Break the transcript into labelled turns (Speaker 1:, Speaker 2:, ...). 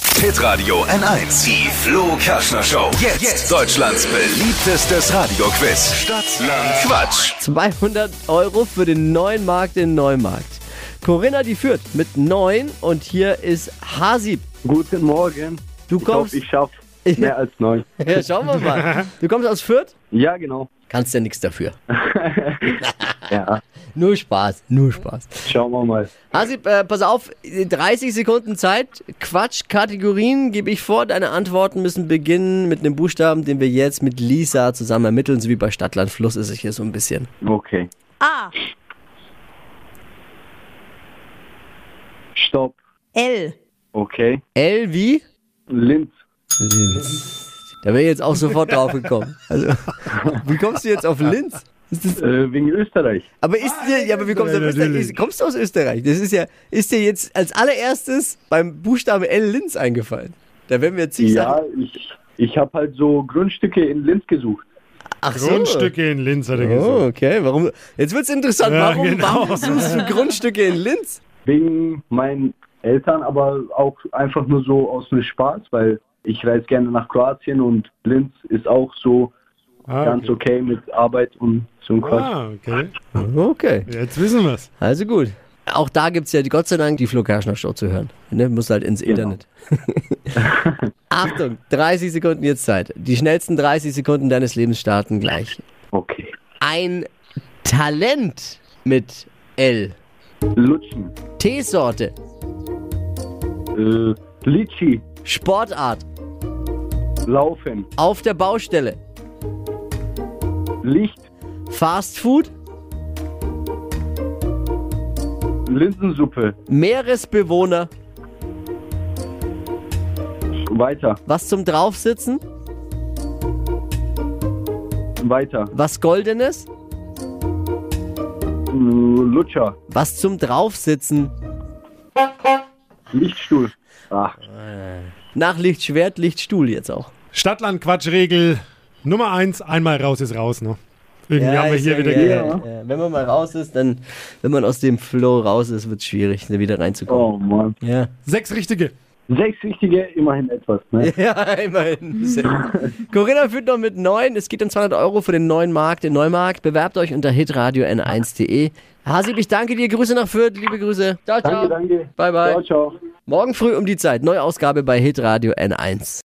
Speaker 1: Hitradio N1. Die Flo Kaschner Show. Jetzt. Deutschlands beliebtestes Radioquiz. Stadt, Land, Quatsch.
Speaker 2: 200 Euro für den neuen Markt in Neumarkt. Corinna, die führt mit 9 und hier ist Hasib.
Speaker 3: Guten Morgen.
Speaker 2: Du
Speaker 3: Ich
Speaker 2: kommst.
Speaker 3: hoffe, ich schaffe mehr als neun.
Speaker 2: ja, schauen wir mal. Du kommst aus Fürth?
Speaker 3: Ja, genau.
Speaker 2: Kannst ja nichts dafür.
Speaker 3: Ja,
Speaker 2: Nur Spaß, nur Spaß.
Speaker 3: schauen wir mal.
Speaker 2: Hasib, äh, pass auf, 30 Sekunden Zeit. Quatsch, Kategorien gebe ich vor. Deine Antworten müssen beginnen mit einem Buchstaben, den wir jetzt mit Lisa zusammen ermitteln, so wie bei Stadtland Fluss ist es hier so ein bisschen.
Speaker 3: Okay.
Speaker 4: A.
Speaker 3: Stopp.
Speaker 4: L.
Speaker 3: Okay.
Speaker 2: L wie?
Speaker 3: Linz.
Speaker 2: Da wäre ich jetzt auch sofort drauf gekommen. Also, wie kommst du jetzt auf Linz? Ist das,
Speaker 3: Äh, wegen Österreich.
Speaker 2: aber ist dir, ja, aber wie kommst du auf
Speaker 5: Ah, Ja,
Speaker 2: Österreich?
Speaker 5: natürlich.
Speaker 2: Kommst du aus Österreich? Das ist ja, ist dir jetzt als allererstes beim Buchstaben L Linz eingefallen? Da werden wir jetzt zig
Speaker 3: Ja,
Speaker 2: Sachen-
Speaker 3: ich, ich habe halt so Grundstücke in Linz gesucht.
Speaker 2: Ach so.
Speaker 5: Grundstücke in Linz hat er
Speaker 2: Oh,
Speaker 5: gesagt.
Speaker 2: okay. Warum? Jetzt wird's interessant.
Speaker 5: Ja,
Speaker 2: warum,
Speaker 5: genau.
Speaker 2: warum suchst du Grundstücke in Linz?
Speaker 3: Wegen meinen Eltern, aber auch einfach nur so aus dem Spaß, weil ich reise gerne nach Kroatien und Linz ist auch so
Speaker 5: Ah,
Speaker 3: ganz
Speaker 5: okay.
Speaker 3: okay mit Arbeit und so ein Quatsch.
Speaker 5: Ah, okay.
Speaker 2: Okay,
Speaker 5: Jetzt wissen wir's.
Speaker 2: also gut. Auch da gibt's ja Gott sei Dank die Flo Kerschner Show zu hören. Ne? Muss halt ins Internet. Achtung, 30 Sekunden jetzt Zeit. Die schnellsten 30 Sekunden deines Lebens starten gleich.
Speaker 3: Okay.
Speaker 2: Ein Talent mit L.
Speaker 3: Lutschen.
Speaker 2: Teesorte.
Speaker 3: Äh, Litschi.
Speaker 2: Sportart.
Speaker 3: Laufen.
Speaker 2: Auf der Baustelle.
Speaker 3: Licht.
Speaker 2: Fast Food.
Speaker 3: Linsensuppe.
Speaker 2: Meeresbewohner.
Speaker 3: Weiter.
Speaker 2: Was zum Draufsitzen.
Speaker 3: Weiter.
Speaker 2: Was Goldenes.
Speaker 3: Äh, Lutscher.
Speaker 2: Was zum Draufsitzen.
Speaker 3: Lichtstuhl. Ach,
Speaker 2: Nach Lichtschwert, Lichtstuhl jetzt auch.
Speaker 5: Stadtland-Quatschregel Nummer eins. einmal raus ist raus, ne? Irgendwie haben wir hier wieder
Speaker 2: ja, ja. Wenn man mal raus ist, dann, wenn man aus dem Flow raus ist, wird es schwierig, da wieder reinzukommen.
Speaker 3: oh Mann.
Speaker 2: Ja.
Speaker 5: sechs richtige.
Speaker 3: Sechs richtige, immerhin etwas, ne?
Speaker 2: ja, immerhin. Sehr gut. Corinna führt noch mit neun. Es geht um 200 Euro für den neuen Markt in Neumarkt. Bewerbt euch unter hitradio n1.de. Hasib, ich danke dir. Grüße nach Fürth. Liebe Grüße. Ciao, ciao.
Speaker 3: Danke, danke.
Speaker 2: Bye, bye.
Speaker 3: Ciao, ciao.
Speaker 2: Morgen früh um die Zeit. Neuausgabe bei hitradio n1.